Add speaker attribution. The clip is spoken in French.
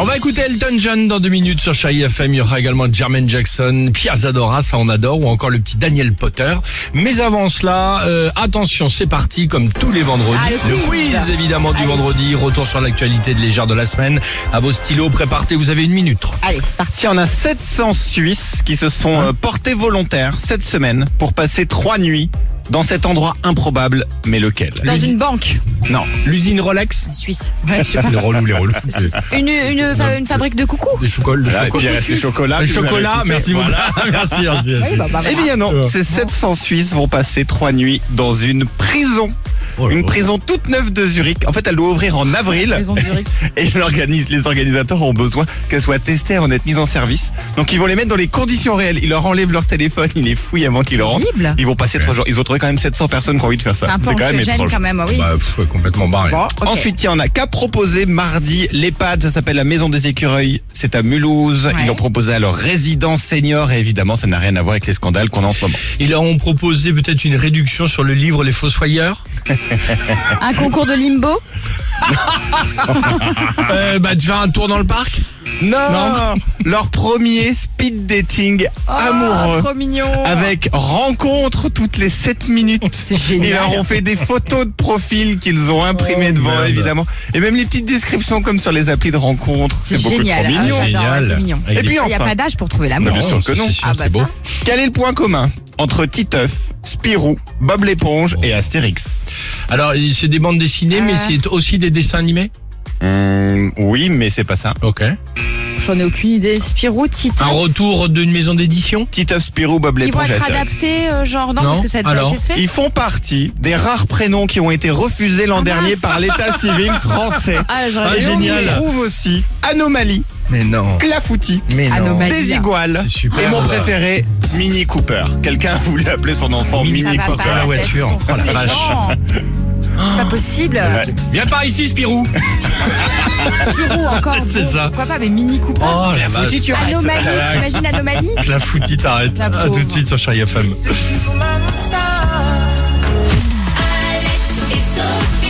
Speaker 1: On va écouter Elton John dans deux minutes sur Chai FM. Il y aura également Jermaine Jackson, Pierre Zadora, ça on adore, ou encore le petit Daniel Potter. Mais avant cela, euh, attention, c'est parti comme tous les vendredis.
Speaker 2: Ah, le quiz.
Speaker 1: évidemment du
Speaker 2: Allez.
Speaker 1: vendredi. Retour sur l'actualité de légère de la semaine. À vos stylos, préparez, vous avez une minute.
Speaker 2: Allez, c'est parti.
Speaker 3: Tiens, on a 700 Suisses qui se sont euh, portés volontaires cette semaine pour passer trois nuits dans cet endroit improbable, mais lequel
Speaker 2: Dans une banque
Speaker 3: Non.
Speaker 1: L'usine Rolex.
Speaker 2: suisse.
Speaker 1: Les relous, les relous.
Speaker 2: Une, une, fa- une fabrique de coucou
Speaker 1: Les chocolats, le
Speaker 3: Voilà, Ah, et
Speaker 1: chocolat.
Speaker 3: puis il reste les chocolats.
Speaker 1: Le
Speaker 3: puis vous avez tout
Speaker 1: chocolat,
Speaker 3: fait.
Speaker 1: merci beaucoup. Merci, merci, merci.
Speaker 3: Eh bien
Speaker 1: euh,
Speaker 3: non, ces 700 Suisses vont passer trois nuits dans une prison.
Speaker 1: Oh là
Speaker 3: Une
Speaker 1: là.
Speaker 3: prison toute neuve de Zurich. En fait, elle doit ouvrir en avril.
Speaker 2: Maison de Zurich.
Speaker 3: Et l'organise- les organisateurs ont besoin qu'elles soient testées avant d'être mises en service. Donc ils vont les mettre dans les conditions réelles. Ils leur enlèvent leur téléphone, ils les fouillent avant qu'ils le rentrent.
Speaker 2: horrible.
Speaker 3: Ils vont passer trois jours. Ils ont trouvé quand même 700 personnes qui ont envie de faire
Speaker 2: C'est
Speaker 3: ça.
Speaker 2: un peu
Speaker 3: C'est quand même
Speaker 2: anxiogène
Speaker 3: étrange.
Speaker 2: quand même, oui.
Speaker 1: Bah, pff, complètement barré.
Speaker 2: Bon, ok.
Speaker 3: Ensuite, il y en a qu'à proposer mardi. L'EHPAD, ça s'appelle la Maison des Écureuils. C'est à Mulhouse.
Speaker 2: Ouais.
Speaker 3: Ils l'ont proposé à leurs résidents seniors. Et évidemment, ça n'a rien à voir avec les scandales qu'on a en ce moment.
Speaker 1: Ils leur ont proposé peut-être une réduction sur le livre Les Fossoyeurs.
Speaker 2: Un concours de limbo
Speaker 1: Euh, bah, de faire un tour dans le parc.
Speaker 3: Non,
Speaker 1: Non.
Speaker 3: Leur premier speed dating amoureux.
Speaker 2: Oh, Trop mignon
Speaker 3: Avec rencontre toutes les 7 minutes.
Speaker 2: C'est Oh,
Speaker 3: Ils leur
Speaker 2: génial
Speaker 3: ont fait des photos de profil qu'ils ont imprimées devant,
Speaker 1: merde.
Speaker 3: évidemment. Et même les petites descriptions comme sur les applis de rencontre. C'est beaucoup
Speaker 2: génial.
Speaker 3: trop
Speaker 2: Ah,
Speaker 3: mignon.
Speaker 2: ouais. J'adore, ouais, c'est mignon.
Speaker 1: Avec
Speaker 3: Et
Speaker 1: des-
Speaker 3: puis,
Speaker 2: Il n'y a
Speaker 3: enfin.
Speaker 2: pas d'âge pour trouver
Speaker 3: Non,
Speaker 2: l'amour.
Speaker 3: bien sûr que
Speaker 1: c'est
Speaker 3: non.
Speaker 1: sûr,
Speaker 2: Ah,
Speaker 1: c'est
Speaker 2: bah,
Speaker 1: beau.
Speaker 2: ça.
Speaker 3: Quel est le point commun entre Titeuf, Spirou, Bob l'éponge et Astérix
Speaker 1: Alors, c'est des bandes dessinées, mais
Speaker 2: Euh.
Speaker 1: c'est aussi des dessins animés.
Speaker 3: Hum, Oui, mais c'est pas ça.
Speaker 1: Ok.
Speaker 2: J'en ai aucune idée. Spirou, Tito.
Speaker 1: Un retour d'une maison d'édition.
Speaker 3: Titeuf, Spirou, Bob
Speaker 2: Ils vont
Speaker 3: l'éponge et
Speaker 2: être
Speaker 3: Astérix.
Speaker 2: adaptés, euh, genre, non,
Speaker 1: Non.
Speaker 2: parce que ça a déjà
Speaker 1: Alors.
Speaker 2: été fait.
Speaker 3: Ils font partie des rares prénoms qui ont été refusés l'an
Speaker 2: Ah,
Speaker 3: dernier
Speaker 2: mince.
Speaker 3: par l'état civil français.
Speaker 2: Ah, j'aurais
Speaker 1: Ah,
Speaker 3: Et
Speaker 2: jamais
Speaker 3: on y
Speaker 1: génial.
Speaker 3: trouve aussi Anomalie,
Speaker 1: Mais non.
Speaker 3: Clafoutis,
Speaker 1: Mais
Speaker 2: Ah, non, bah,
Speaker 3: Désigual
Speaker 1: C'est super,
Speaker 3: et mon
Speaker 1: ça.
Speaker 3: préféré, Mini Cooper. Quelqu'un voulait appeler son enfant
Speaker 1: Mini
Speaker 2: Ça
Speaker 3: Mini
Speaker 2: va
Speaker 1: quoi,
Speaker 2: pas,
Speaker 3: Cooper.
Speaker 1: la
Speaker 2: la tête,
Speaker 1: voiture.
Speaker 2: ils sont
Speaker 1: Oh, la
Speaker 2: fous, les
Speaker 1: vache.
Speaker 2: gens. C'est pas possible.
Speaker 3: Ouais.
Speaker 1: Viens par ici, Spirou.
Speaker 2: Petit roux encore.
Speaker 1: C'est
Speaker 2: bon,
Speaker 1: ça.
Speaker 2: Pourquoi pas, mais mini Cooper.
Speaker 1: Oh, la vache.
Speaker 3: Clafoutis, tu arrêtes.
Speaker 2: Anomalie, t'imagines Anomalie
Speaker 1: La foutue, t'arrêtes.
Speaker 2: La
Speaker 1: À tout de
Speaker 2: pauvre.
Speaker 1: suite sur Chérie FM.
Speaker 4: Alex et Sophie.